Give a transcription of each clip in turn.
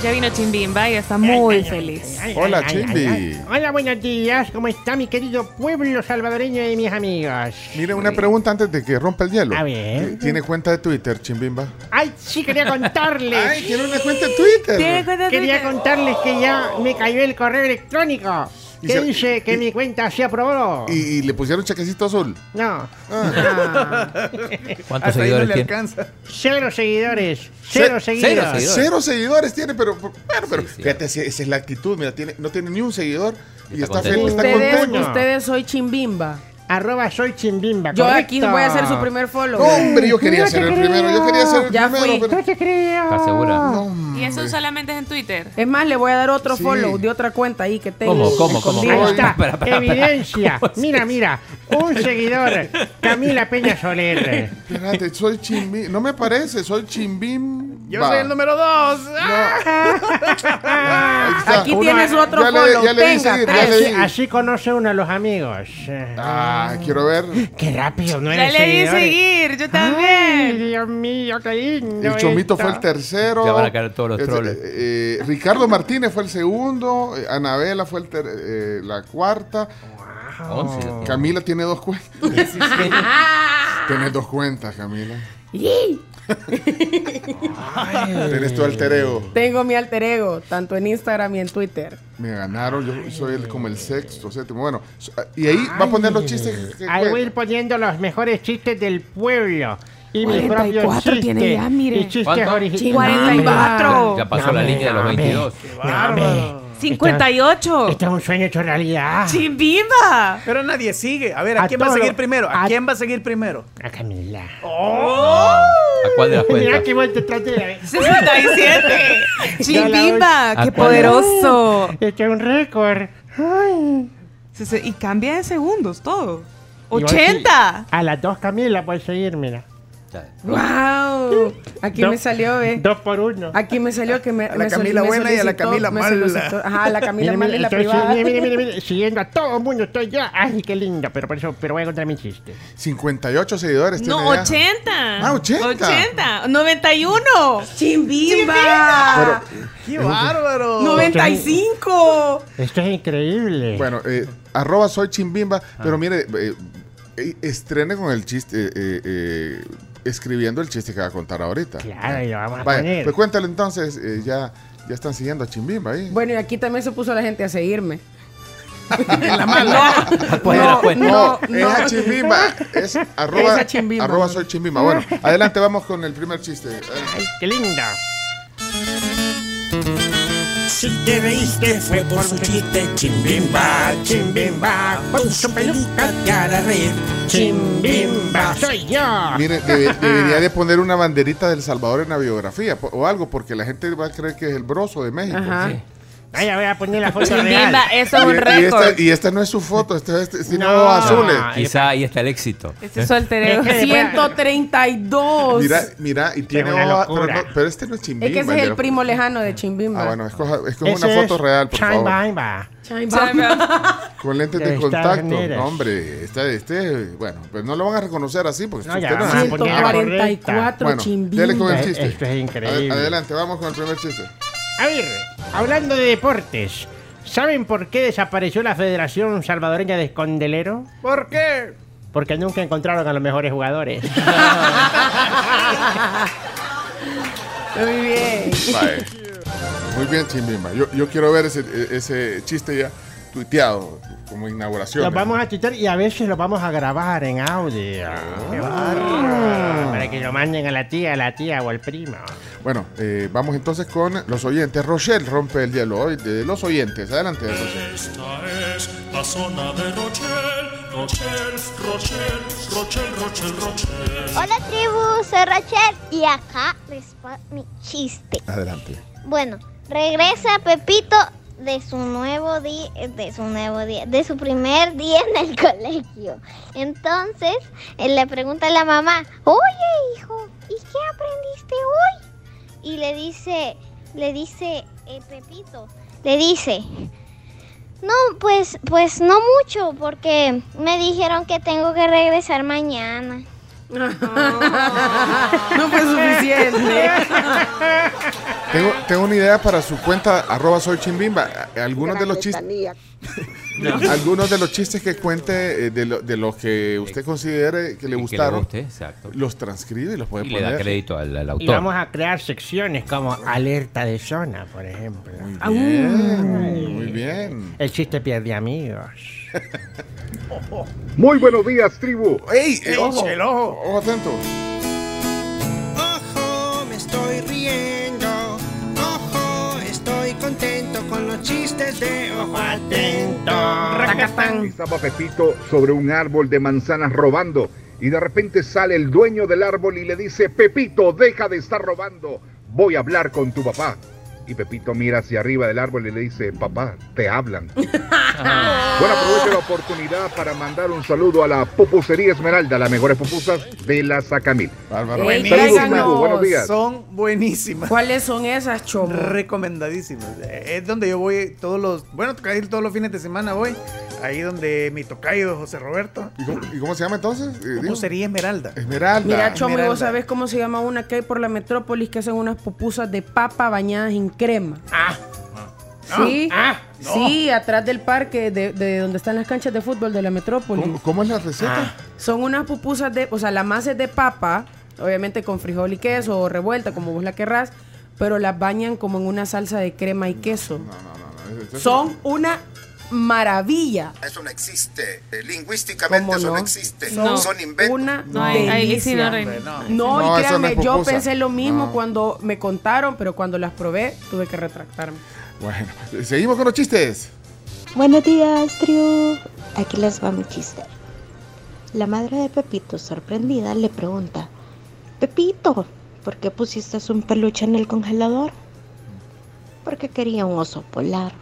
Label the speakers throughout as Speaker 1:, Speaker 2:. Speaker 1: Ya vino Chimbimba y está muy feliz.
Speaker 2: Hola, Chimbi.
Speaker 3: Chindi. Hola, buenos días. ¿Cómo está mi querido pueblo salvadoreño y mis amigos?
Speaker 2: Mire, una pregunta antes de que rompa el hielo.
Speaker 3: A ver.
Speaker 2: Eh, ¿Tiene cuenta de Twitter, Chimbimba?
Speaker 3: Ay, sí, quería contarles.
Speaker 2: Ay, tiene una cuenta de Twitter.
Speaker 1: cuenta
Speaker 3: quería contarles que ya me cayó el correo electrónico.
Speaker 2: Y
Speaker 3: Que
Speaker 2: se-
Speaker 3: dice que
Speaker 2: y-
Speaker 3: mi cuenta se aprobó.
Speaker 2: Y, y le pusieron chequecito azul.
Speaker 3: No. Ah.
Speaker 4: ¿Cuántos seguidores tiene?
Speaker 3: Cero seguidores. Cero
Speaker 2: Ce-
Speaker 3: seguidores.
Speaker 4: cero seguidores.
Speaker 2: Cero seguidores tiene, pero, pero, pero fíjate, esa esa es la actitud. Mira, tiene, no tiene ni un seguidor y está,
Speaker 4: Está
Speaker 2: fel-
Speaker 4: contento.
Speaker 2: está
Speaker 1: Ustedes,
Speaker 2: contento.
Speaker 3: contento.
Speaker 1: ustedes soy Chimbimba.
Speaker 3: Arroba soy chimbimba.
Speaker 1: Yo
Speaker 3: correcto.
Speaker 1: aquí voy a hacer su primer follow.
Speaker 2: No, hombre, yo quería
Speaker 3: Yo te
Speaker 2: ser el
Speaker 3: creo.
Speaker 2: primero. Yo quería ser el
Speaker 1: Ya
Speaker 2: primero.
Speaker 1: fui.
Speaker 2: pero-
Speaker 3: No te creo.
Speaker 4: ¿Estás segura?
Speaker 5: Y eso solamente es en Twitter.
Speaker 1: Es más, le voy a dar otro
Speaker 2: Sí.
Speaker 1: follow de otra cuenta ahí que tengo.
Speaker 4: ¿Cómo, cómo, cómo?
Speaker 1: escondida.
Speaker 3: Ahí
Speaker 4: Oye,
Speaker 3: está,
Speaker 4: espera, espera, espera.
Speaker 3: evidencia.
Speaker 4: ¿Cómo es
Speaker 3: Mira, mira, un seguidor, Camila Peña Soler.
Speaker 2: Espérate, soy Chimbim. No me parece, soy Chimbim.
Speaker 6: Yo soy el número dos.
Speaker 1: Aquí tienes otro
Speaker 2: ya le-
Speaker 1: follow.
Speaker 2: ya le di
Speaker 1: Tenga,
Speaker 2: seguir, ya
Speaker 1: tres.
Speaker 2: le
Speaker 3: Así,
Speaker 2: di.
Speaker 3: así conoce uno a los amigos.
Speaker 2: Ah, quiero ver.
Speaker 3: Qué rápido, no
Speaker 5: Ya
Speaker 3: eres
Speaker 5: le di
Speaker 3: seguidores.
Speaker 5: seguir, yo
Speaker 3: Ay,
Speaker 5: también.
Speaker 3: Dios mío, qué lindo.
Speaker 2: El Chomito
Speaker 3: esto.
Speaker 2: fue el tercero.
Speaker 4: Ya van a caer todos los
Speaker 2: Este,
Speaker 4: troles.
Speaker 2: eh, eh, Ricardo Martínez fue el segundo. eh, Anabela fue el ter- eh, la cuarta.
Speaker 4: 11 ya tiene.
Speaker 2: Camila tiene dos cuentas. Tienes dos cuentas, Camila.
Speaker 1: ¡Yi!
Speaker 2: Tienes tu alter ego.
Speaker 1: Tengo mi alter ego, tanto en Instagram y en Twitter.
Speaker 2: Me ganaron. Yo soy el, como el sexto, séptimo. Bueno, so- y ahí va a poner los chistes. que-
Speaker 3: Ahí
Speaker 2: que-
Speaker 3: voy a ir poniendo los mejores chistes del pueblo. Y mis
Speaker 1: 44
Speaker 3: propios chistes.
Speaker 1: tiene ya, mire.
Speaker 3: Y chistes
Speaker 4: ¿Cuánto?
Speaker 3: originales.
Speaker 5: 44.
Speaker 4: Ya pasó la línea de los 22.
Speaker 3: Esto,
Speaker 5: 58.
Speaker 3: esto Este es un sueño hecho realidad.
Speaker 5: Chimbimba.
Speaker 6: Pero nadie sigue. A ver, ¿a,
Speaker 3: A
Speaker 6: quién va a
Speaker 3: todo-
Speaker 6: seguir primero? ¿A,
Speaker 3: a-
Speaker 6: quién va a seguir primero?
Speaker 3: A Ah, Camila.
Speaker 4: ¿A cuál de las
Speaker 3: Mira
Speaker 4: cuentas?
Speaker 3: que voy te traté.
Speaker 5: 67.
Speaker 3: Ya
Speaker 5: Chimbimba,
Speaker 4: la
Speaker 5: qué
Speaker 4: oí.
Speaker 5: poderoso.
Speaker 3: Este es un récord. Ay.
Speaker 5: Sese- Y cambia de segundos todo.
Speaker 3: Y voy
Speaker 5: 80.
Speaker 3: A las dos Camila puedes seguir, mira.
Speaker 1: ¡Wow! Aquí
Speaker 3: Dos-
Speaker 1: me salió, ¿ves?
Speaker 3: Dos por uno.
Speaker 1: Aquí me salió que me.
Speaker 6: la
Speaker 1: me
Speaker 6: Camila
Speaker 1: me
Speaker 6: buena y a la Camila
Speaker 1: me solicitó-
Speaker 6: mala.
Speaker 1: Ajá, a la Camila mala y la
Speaker 3: estoy-
Speaker 1: privada.
Speaker 3: mire, mire, mire, mire, siguiendo a todo el mundo estoy ya. Ay, qué lindo, pero por eso, pero voy a contar mi chiste.
Speaker 2: 58 seguidores.
Speaker 5: No,
Speaker 2: tiene ya.
Speaker 5: 80.
Speaker 2: este Ah, 80.
Speaker 5: 80. 91.
Speaker 1: ¡Chimbimba!
Speaker 6: ¡Qué bárbaro!
Speaker 1: ¡95!
Speaker 3: Esto es increíble.
Speaker 2: Bueno, eh, arroba soy chimbimba, pero mire, eh, eh, estrene con el chiste, eh, eh, eh, escribiendo el chiste que va a contar ahorita.
Speaker 3: claro, y lo vamos a
Speaker 2: Vaya,
Speaker 3: poner.
Speaker 2: pues cuéntale entonces, eh, ya, ya están siguiendo a Chimbimba ahí.
Speaker 1: Bueno, y aquí también se puso la gente a seguirme.
Speaker 4: ¿A
Speaker 7: Pues,
Speaker 4: cuál de las cuentas?
Speaker 2: no,
Speaker 1: no,
Speaker 2: es a Chimbimba, es arroba,
Speaker 1: Es a Chimbimba.
Speaker 2: arroba soy Chimbimba. Bueno, adelante, vamos con el primer chiste. Eh, Adelante.
Speaker 3: Ay, qué lindo.
Speaker 8: Si te reíste fue por su chiste, chimbimba, chimbimba, con su peluca te hará reír, chimbimba.
Speaker 3: Soy yo.
Speaker 2: Mire, debe- debería de poner una banderita del Salvador en la biografía po- o algo, porque la gente va a creer que es el broso de México.
Speaker 1: Ajá.
Speaker 3: Vaya, voy a poner la foto
Speaker 1: eh.
Speaker 3: real.
Speaker 5: Chimbimba, eso es
Speaker 2: Y,
Speaker 5: un
Speaker 2: y esta,
Speaker 5: récord.
Speaker 2: y esta no es su foto, esta es, sino eh.
Speaker 3: No.
Speaker 2: azules.
Speaker 4: Quizá ahí está el éxito. ¿Eh?
Speaker 5: Este es su alter ego.
Speaker 3: Es que-
Speaker 1: ¡132!
Speaker 2: Mira, mira, y tiene
Speaker 3: una
Speaker 2: hoja, pero,
Speaker 3: locura.
Speaker 2: no- pero este no es chimbimba.
Speaker 1: es que ese es
Speaker 2: de
Speaker 1: el
Speaker 2: la-
Speaker 1: primo lejano de Chimbimba.
Speaker 2: Ah, bueno, escoja, escoja
Speaker 3: Ese
Speaker 2: una foto
Speaker 3: es
Speaker 2: real, por favor.
Speaker 3: Chimbimba.
Speaker 1: Chimbimba.
Speaker 2: Con lentes
Speaker 3: De
Speaker 2: de
Speaker 3: Estados
Speaker 2: contacto.
Speaker 3: Unidos.
Speaker 2: No, hombre, este, este, bueno, pues no lo van a reconocer así porque
Speaker 3: No,
Speaker 2: usted
Speaker 3: ya,
Speaker 2: no es
Speaker 3: sí,
Speaker 2: así.
Speaker 3: porque-
Speaker 2: Ah, bueno,
Speaker 1: 144
Speaker 2: dele con el
Speaker 1: Chimbimba.
Speaker 3: Eh,
Speaker 2: chiste.
Speaker 3: esto es increíble.
Speaker 2: Ade- Adelante, vamos con el primer chiste.
Speaker 3: A ver, hablando de deportes, ¿saben por qué desapareció la Federación Salvadoreña de Escondelero?
Speaker 6: ¿Por qué?
Speaker 3: Porque nunca encontraron a los mejores jugadores.
Speaker 1: Muy bien.
Speaker 2: Vale. Muy bien, Chimbimba. Yo, yo quiero ver ese, e- ese chiste ya tuiteado como inauguración.
Speaker 3: Los vamos a tuitar y a veces los vamos a grabar en audio. Qué bárbaro. Para que lo manden a la tía, a la tía o al primo.
Speaker 2: Bueno, eh, vamos entonces con los oyentes. Rochelle rompe el hielo hoy de los oyentes. Adelante, Rochelle.
Speaker 8: Esta es la zona de Rochelle, Rochelle, Rochelle, Rochelle, Rochelle, Rochelle.
Speaker 9: Hola tribu, soy Rachel y acá les va mi chiste.
Speaker 2: Adelante.
Speaker 9: Bueno, regresa Pepito de su nuevo día, de su nuevo día, de su primer día en el colegio. Entonces él le pregunta a la mamá, oye hijo, ¿y qué aprendiste hoy? Y le dice, le dice eh, Pepito, le dice, no, pues, pues no mucho, porque me dijeron que tengo que regresar mañana.
Speaker 10: No fue suficiente.
Speaker 2: Tengo, tengo una idea para su cuenta arroba soy chimbimba. A- Algunos de los chistes. Algunos de los chistes que cuente eh, de, lo- de los que usted considere que le
Speaker 4: Y que
Speaker 2: gustaron,
Speaker 4: guste, exacto.
Speaker 2: los transcribe y los puede
Speaker 4: Y le
Speaker 2: poner.
Speaker 4: da crédito al, al
Speaker 11: Y
Speaker 4: autor.
Speaker 11: vamos a crear secciones como alerta de zona, por ejemplo.
Speaker 2: Muy bien, muy bien.
Speaker 11: El chiste pierde amigos.
Speaker 12: Muy buenos días, tribu.
Speaker 2: ¡Ey! eh, ojo,
Speaker 6: el ojo.
Speaker 2: ojo atento.
Speaker 3: Ojo, me estoy riendo. Ojo, estoy contento con los chistes de ojo atento. Racatán.
Speaker 12: Estaba Pepito sobre un árbol de manzanas robando y de repente sale el dueño del árbol y le dice, Pepito, deja de estar robando, voy a hablar con tu papá. Y Pepito mira hacia arriba del árbol y le dice, papá, te hablan. Bueno, aprovecho la oportunidad para mandar un saludo a la Pupusería Esmeralda, las mejores pupusas de la Sacamil.
Speaker 2: Bárbaro.
Speaker 13: Ey,
Speaker 12: Saludos,
Speaker 6: Díganos,
Speaker 12: Mago, buenos días.
Speaker 6: Son buenísimas.
Speaker 13: ¿Cuáles son esas, chomo?
Speaker 6: Recomendadísimas. Eh, Es donde yo voy todos los. Bueno, casi todos los fines de semana voy. Ahí donde mi tocayo José Roberto.
Speaker 2: ¿Y cómo, y cómo se llama entonces? Eh, digo,
Speaker 6: ¿Cómo sería Esmeralda?
Speaker 2: Esmeralda.
Speaker 7: Mira, Chomo, ¿y ¿vos
Speaker 6: Esmeralda.
Speaker 7: sabés cómo se llama una que hay por la metrópolis que hacen unas pupusas de papa bañadas en crema?
Speaker 11: Ah,
Speaker 7: Sí,
Speaker 11: ah, no.
Speaker 7: sí, atrás del parque de, de donde están las canchas de fútbol de la metrópolis.
Speaker 2: ¿Cómo, cómo es la receta?
Speaker 7: Son unas pupusas de, o sea, la masa es de papa, obviamente con frijol y queso o revuelta, como vos la querrás, pero las bañan como en una salsa de crema y queso.
Speaker 2: No, no, no. no, es- es-
Speaker 7: Son una maravilla.
Speaker 14: Eso no existe. eh, lingüísticamente
Speaker 7: ¿Cómo
Speaker 14: eso no
Speaker 7: no?
Speaker 14: existe.
Speaker 13: No.
Speaker 14: Son inventos.
Speaker 7: Una
Speaker 13: No, ahí- ahí sí no
Speaker 7: delicia.
Speaker 13: reina.
Speaker 7: No,
Speaker 2: No,
Speaker 7: y
Speaker 2: eso no es
Speaker 7: créanme, yo
Speaker 2: pupusa.
Speaker 7: pensé lo mismo
Speaker 2: No.
Speaker 7: cuando me contaron, pero cuando las probé, tuve que retractarme.
Speaker 2: Bueno, seguimos con los chistes.
Speaker 15: Buenos días, trio. Aquí les va mi chiste. La madre de Pepito, sorprendida, le pregunta, Pepito, ¿por qué pusiste un peluche en el congelador? Porque quería un oso polar.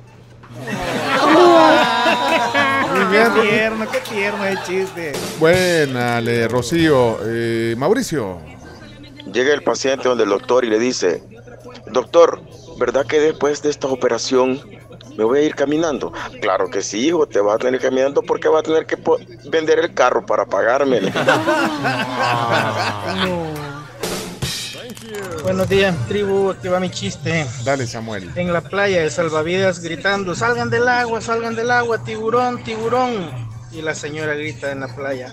Speaker 2: Muy
Speaker 6: Ah, Qué
Speaker 2: bien.
Speaker 6: tierno, qué tierno el chiste.
Speaker 2: Buena, le Rocío. Eh, Mauricio.
Speaker 16: Llega el paciente donde el doctor y le dice, doctor, ¿verdad que después de esta operación me voy a ir caminando? Claro que sí, hijo, te vas a tener caminando porque vas a tener que po- vender el carro para pagarme.
Speaker 17: Buenos días, tribu. Aquí va mi chiste.
Speaker 2: Dale, Samuel.
Speaker 17: En la playa, el salvavidas gritando: salgan del agua, salgan del agua, tiburón, tiburón. Y la señora grita en la playa: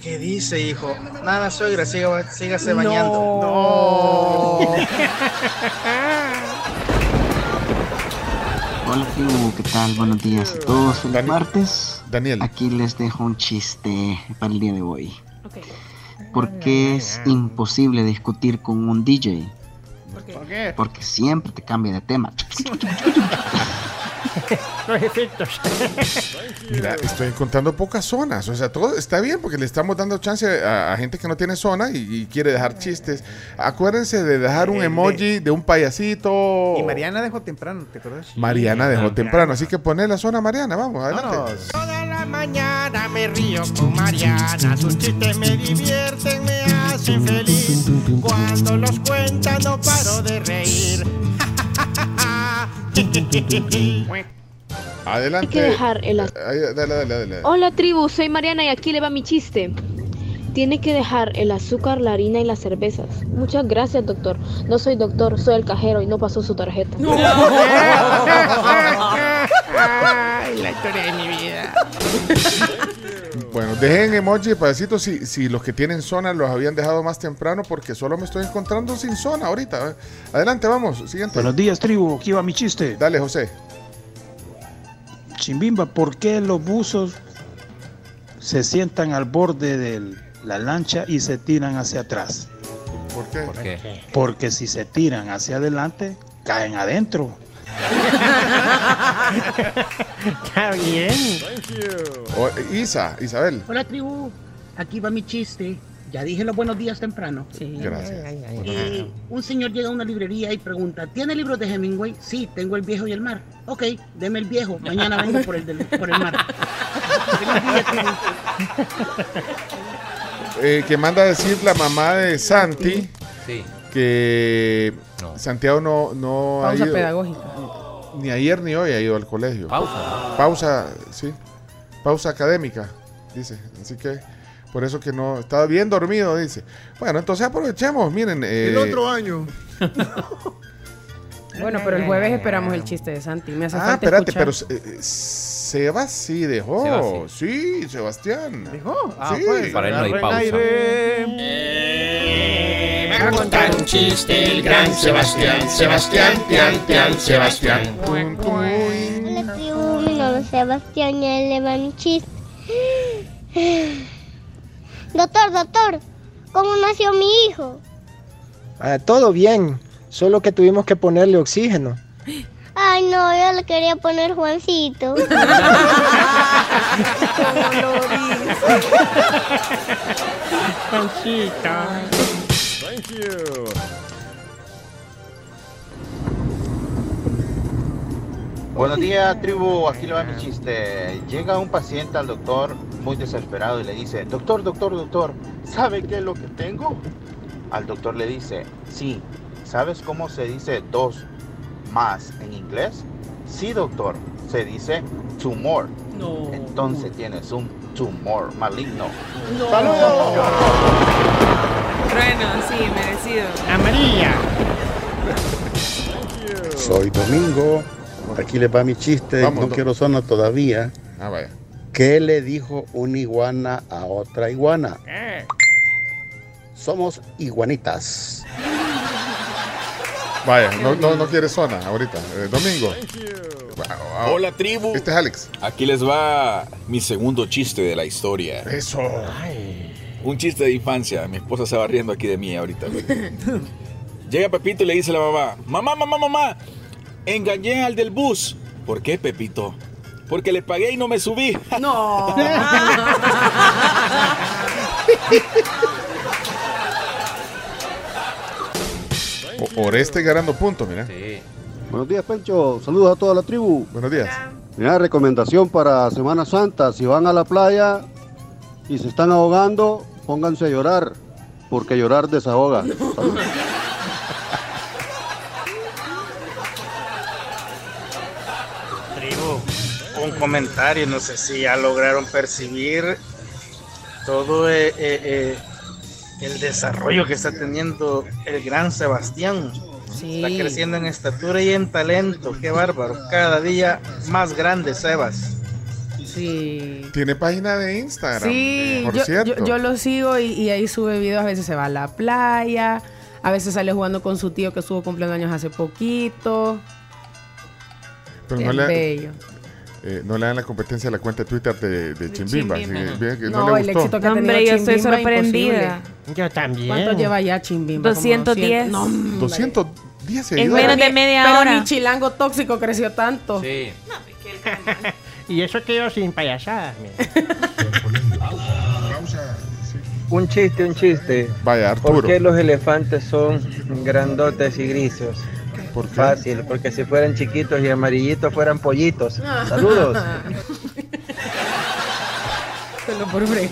Speaker 17: ¿Qué dice, hijo? Nada, suegra, siga, ba- sígase bañando.
Speaker 18: Hola tribu, ¿qué tal? Buenos días a todos. El martes,
Speaker 2: Daniel.
Speaker 18: aquí les dejo un chiste para el día de hoy. ¿Por qué es imposible discutir con un DJ?
Speaker 6: ¿Por qué?
Speaker 18: Porque siempre te cambia de tema.
Speaker 11: Los efectos.
Speaker 2: Mira, estoy contando pocas zonas. O sea, todo está bien porque le estamos dando chance a, a gente que no tiene zona y, y quiere dejar chistes. Acuérdense de dejar un
Speaker 6: El de-
Speaker 2: emoji de un payasito.
Speaker 6: Y Mariana dejó temprano, ¿te acuerdas?
Speaker 2: Mariana dejó temprano, así que poné la zona Mariana, vamos, adelante.
Speaker 6: Vámonos.
Speaker 3: Toda la mañana me río con Mariana. Sus chistes me divierten, me hacen feliz. Cuando los cuenta no paro de reír.
Speaker 2: Adelante.
Speaker 5: Hay que dejar el as-
Speaker 2: Ahí, dale, dale, dale.
Speaker 5: Hola tribu, soy Mariana y aquí le va mi chiste. Tiene que dejar el azúcar, la harina y las cervezas. Muchas gracias, doctor. No soy doctor, soy el cajero y no pasó su tarjeta.
Speaker 3: Ay, la historia de mi vida.
Speaker 2: Bueno, dejen emoji, payasito, si, si los que tienen zona los habían dejado más temprano porque solo me estoy encontrando sin zona ahorita. Adelante, vamos, siguiente.
Speaker 19: Buenos días, tribu. Aquí va mi chiste.
Speaker 2: Dale, José.
Speaker 19: Chimbimba, ¿por qué los buzos se sientan al borde de la lancha y se tiran hacia atrás?
Speaker 2: ¿Por qué?
Speaker 4: ¿Por
Speaker 11: Ah,
Speaker 4: qué?
Speaker 19: Porque si se tiran hacia adelante, caen adentro.
Speaker 11: Está bien.
Speaker 2: O- Isa, Isabel.
Speaker 20: Hola tribu, aquí va mi chiste.
Speaker 21: Ya dije los buenos días temprano.
Speaker 2: Gracias.
Speaker 21: Y un señor llega a una librería y pregunta, ¿tiene libros de Hemingway? Sí, tengo El Viejo y el Mar. Ok, deme El Viejo, mañana vengo por el, del- por el mar.
Speaker 2: Eh, que manda a decir la mamá de Santi
Speaker 4: Sí.
Speaker 2: que Santiago no, no ha
Speaker 7: Pausa
Speaker 2: ido.
Speaker 7: pedagógica.
Speaker 2: Ni ayer ni hoy ha ido al colegio.
Speaker 4: Pausa.
Speaker 2: Pausa, sí. Pausa académica, dice. Así que por eso que no estaba bien dormido, dice. Bueno, entonces aprovechemos, miren. eh,
Speaker 7: El otro
Speaker 22: año.
Speaker 7: Bueno, pero el jueves esperamos el chiste de Santi. Me hace
Speaker 2: Ah,
Speaker 7: falta
Speaker 2: espérate,
Speaker 7: escuchar.
Speaker 2: pero eh, eh, Seba sí dejó.
Speaker 7: Seba
Speaker 2: sí, Sebastián. ¿Dejó?
Speaker 7: Ah, pues,
Speaker 4: Para él no hay agarra en pausa.
Speaker 8: Me va a contar un chiste el gran Sebastián, Sebastián, pian, pian, Sebastián.
Speaker 9: Hola, tío. Mi nombre es Sebastián y ahí le va mi chiste. Doctor, doctor, ¿cómo nació mi hijo?
Speaker 23: Ah, todo bien, solo que tuvimos que ponerle oxígeno.
Speaker 9: Ay, no, yo le quería poner Juancito.
Speaker 2: Thank you.
Speaker 12: Buenos días, tribu. Aquí le va mi chiste. Llega un paciente al doctor muy desesperado y le dice, doctor, doctor, doctor, ¿sabe qué es lo que tengo? Al doctor le dice, sí, ¿sabes cómo se dice dos más en inglés? Sí, doctor, se dice tumor.
Speaker 8: No.
Speaker 12: Entonces tienes un tumor maligno.
Speaker 8: No.
Speaker 1: Trueno, sí, merecido.
Speaker 8: Amarilla.
Speaker 24: Soy Domingo. Aquí les va mi chiste.
Speaker 2: Vamos,
Speaker 24: no
Speaker 2: Dom-
Speaker 24: quiero zona todavía.
Speaker 2: Ah, vaya.
Speaker 24: ¿Qué le dijo una iguana a otra iguana? Somos iguanitas.
Speaker 2: Vaya, no, no, no quiere zona ahorita. Eh, domingo.
Speaker 25: Hola tribu.
Speaker 2: Este es Alex.
Speaker 25: Aquí les va mi segundo chiste de la historia.
Speaker 2: Eso.
Speaker 25: Un chiste de infancia. Mi esposa se va riendo aquí de mí ahorita. Llega Pepito y le dice a la mamá, mamá, mamá, mamá, engañé al del bus. ¿Por qué, Pepito? Porque le pagué y no me subí.
Speaker 8: No.
Speaker 2: O- Oreste ganando puntos, mira.
Speaker 24: Buenos días, Pencho. Saludos a toda la tribu.
Speaker 2: Buenos días.
Speaker 24: Mira, recomendación para Semana Santa. Si van a la playa y se están ahogando, pónganse a llorar, porque llorar desahoga.
Speaker 26: Tribu, un comentario, no sé si ya lograron percibir todo eh, eh, eh, el desarrollo que está teniendo el gran Sebastián. Está creciendo en estatura y en talento, qué bárbaro. Cada día más grande, Sebas.
Speaker 7: Sí.
Speaker 2: Tiene página de Instagram.
Speaker 7: Sí,
Speaker 2: eh, por
Speaker 7: yo,
Speaker 2: cierto.
Speaker 7: yo- yo lo sigo y, y ahí sube videos. A veces se va a la playa, a veces sale jugando con su tío que estuvo cumpliendo años hace poquito.
Speaker 2: Pero Pues
Speaker 7: Bien
Speaker 2: no le,
Speaker 7: bello.
Speaker 2: eh, no le dan la competencia a la cuenta de Twitter de, de Chimbimba.
Speaker 7: Chimbimba.
Speaker 2: sí, bien que
Speaker 7: No,
Speaker 2: le
Speaker 7: el
Speaker 2: gustó.
Speaker 7: éxito que ha tenido
Speaker 1: Hombre, yo estoy
Speaker 7: Chimbimba,
Speaker 1: sorprendida.
Speaker 7: imposible.
Speaker 3: Yo también.
Speaker 7: ¿Cuánto lleva ya Chimbimba? Como
Speaker 1: 210.
Speaker 7: 100. No, hombre.
Speaker 2: 210
Speaker 1: En
Speaker 2: seguidores.
Speaker 1: menos de media
Speaker 7: Pero
Speaker 1: hora.
Speaker 7: ni Chilango Tóxico creció tanto.
Speaker 3: Sí. y eso que yo sin payasadas, mira.
Speaker 27: Un chiste, un chiste.
Speaker 2: Vaya, Arturo.
Speaker 27: ¿Por qué los elefantes son grandotes y grises? Fácil, porque si fueran chiquitos y amarillitos fueran pollitos. Saludos.
Speaker 7: Solo por fregar.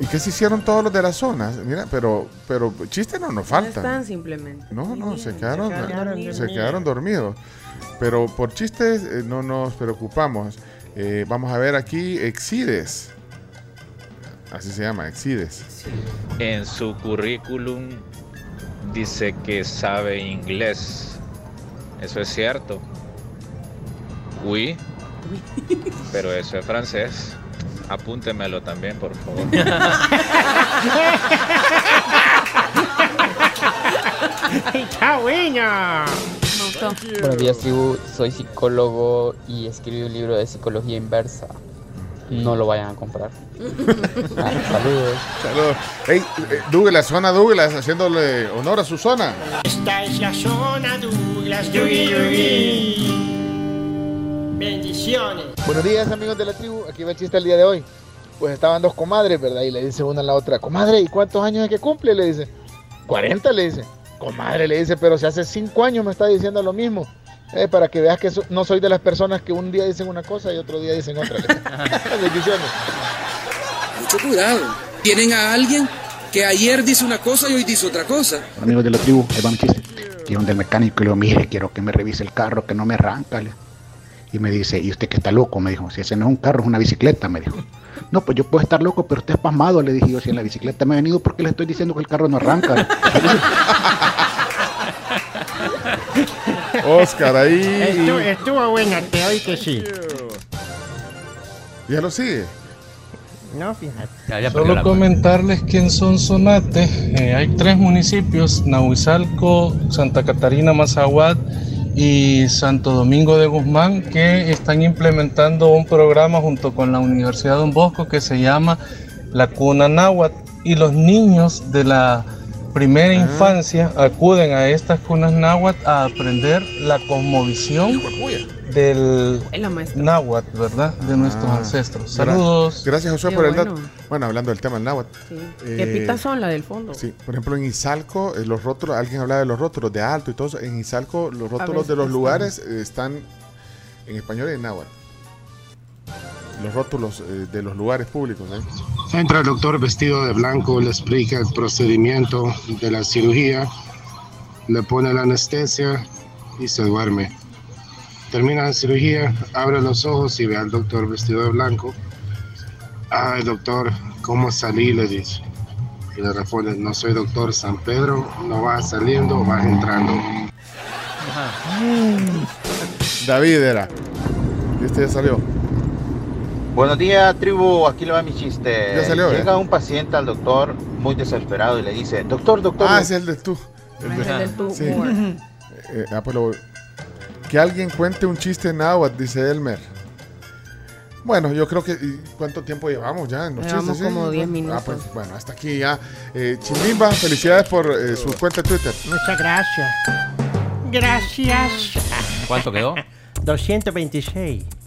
Speaker 2: ¿Y qué se hicieron todos los de las zonas? Mira, pero, pero chistes no nos
Speaker 7: No están
Speaker 2: faltan.
Speaker 7: simplemente.
Speaker 2: No, no, se quedaron,
Speaker 7: se
Speaker 2: se
Speaker 7: quedaron
Speaker 2: quedaron,
Speaker 7: dormidos.
Speaker 2: dormidos. Pero por chistes eh, no nos preocupamos. Eh, vamos a ver aquí, Exides. Así se llama, Exides.
Speaker 28: En su currículum dice que sabe inglés. Eso es cierto. Oui. Pero eso es francés. Apúntemelo también, por favor.
Speaker 3: ¡Está bueno!
Speaker 29: Buenos días, tribu. Soy psicólogo y escribí un libro de psicología inversa. No lo vayan a comprar.
Speaker 2: Saludos. Saludos. Hey, eh, Douglas, zona Douglas, haciéndole honor a su zona.
Speaker 8: Esta es la zona Douglas. Yugi, Bendiciones.
Speaker 30: Buenos días amigos de la tribu, aquí va el chiste del día de hoy.
Speaker 31: pues estaban dos comadres, ¿verdad? Y le dice una a la otra, comadre, ¿y cuántos años es que cumple? Le dice, 40, le dice. Comadre, le dice, pero si hace 5 años me está diciendo lo mismo. Eh, para que veas que so- no soy de las personas que un día dicen una cosa y otro día dicen otra. le dice. Bendiciones.
Speaker 32: Mucho cuidado. Tienen a alguien que ayer dice una cosa y hoy dice otra cosa.
Speaker 33: Amigos de la tribu, ahí va mi chiste. Y donde el mecánico y le digo, mire, quiero que me revise el carro, que no me arranca. le- Y me dice, ¿y usted que está loco? Me dijo, si ese no es un carro, es una bicicleta, me dijo. No, pues yo puedo estar loco, pero usted es pasmado, le dije yo, si en la bicicleta me he venido, porque le estoy diciendo que el carro no arranca? le?"
Speaker 2: Oscar, ahí.
Speaker 3: Estuvo, estuvo buena, te oí que sí.
Speaker 2: ¿Ya lo sigue?
Speaker 3: No, fíjate.
Speaker 6: Solo comentarles que en Sonsonate eh, hay tres municipios, Nahuizalco, Santa Catarina, Mazahuat y Santo Domingo de Guzmán, que están implementando un programa junto con la Universidad Don Bosco que se llama La Cuna Náhuatl. Y los niños de la primera infancia acuden a estas cunas náhuatl a aprender la cosmovisión del náhuatl, ¿verdad? De nuestros
Speaker 2: Ah.
Speaker 6: ancestros.
Speaker 2: Gra-
Speaker 6: Saludos.
Speaker 2: Gracias, Josué,
Speaker 6: Qué
Speaker 2: por el
Speaker 6: bueno.
Speaker 2: dato. Bueno, hablando del tema del náhuatl.
Speaker 7: ¿Qué pitas son la del fondo?
Speaker 2: Eh, Sí, por ejemplo, en Izalco, eh, los rótulos, alguien hablaba de los rótulos de alto y todo eso. En Izalco, los rótulos
Speaker 7: veces
Speaker 2: de los
Speaker 7: están.
Speaker 2: lugares eh, están en español y en náhuatl. Los rótulos eh, de los lugares públicos, ¿eh?
Speaker 12: Entra el doctor vestido de blanco, le explica el procedimiento de la cirugía, le pone la anestesia y se duerme. Termina la cirugía, abre los ojos y ve al doctor vestido de blanco. Ay, doctor, ¿cómo salí? Le dice. Y le responde, no soy doctor San Pedro, no vas saliendo, vas entrando.
Speaker 2: David era. Y este ya salió.
Speaker 34: Buenos días, tribu. Aquí le va mi chiste.
Speaker 2: Ya salió, ¿eh?
Speaker 34: Llega un paciente al doctor muy desesperado y le dice, doctor, doctor.
Speaker 2: Ah, ese es el de tú.
Speaker 34: Es el del tú,
Speaker 2: Sí.
Speaker 34: humor.
Speaker 2: Eh, ah, pues lo- Que alguien cuente un chiste en náhuatl, dice Elmer. Bueno, yo creo que. ¿y ¿Cuánto tiempo llevamos ya en los
Speaker 7: Llevamos
Speaker 2: chistes?
Speaker 7: como 10
Speaker 2: Ah,
Speaker 7: minutos.
Speaker 2: pues, bueno, hasta aquí ya. Eh, Chimbimba, felicidades por eh, su cuenta de Twitter.
Speaker 3: Muchas gracias. Gracias.
Speaker 4: ¿Cuánto quedó?
Speaker 3: 226.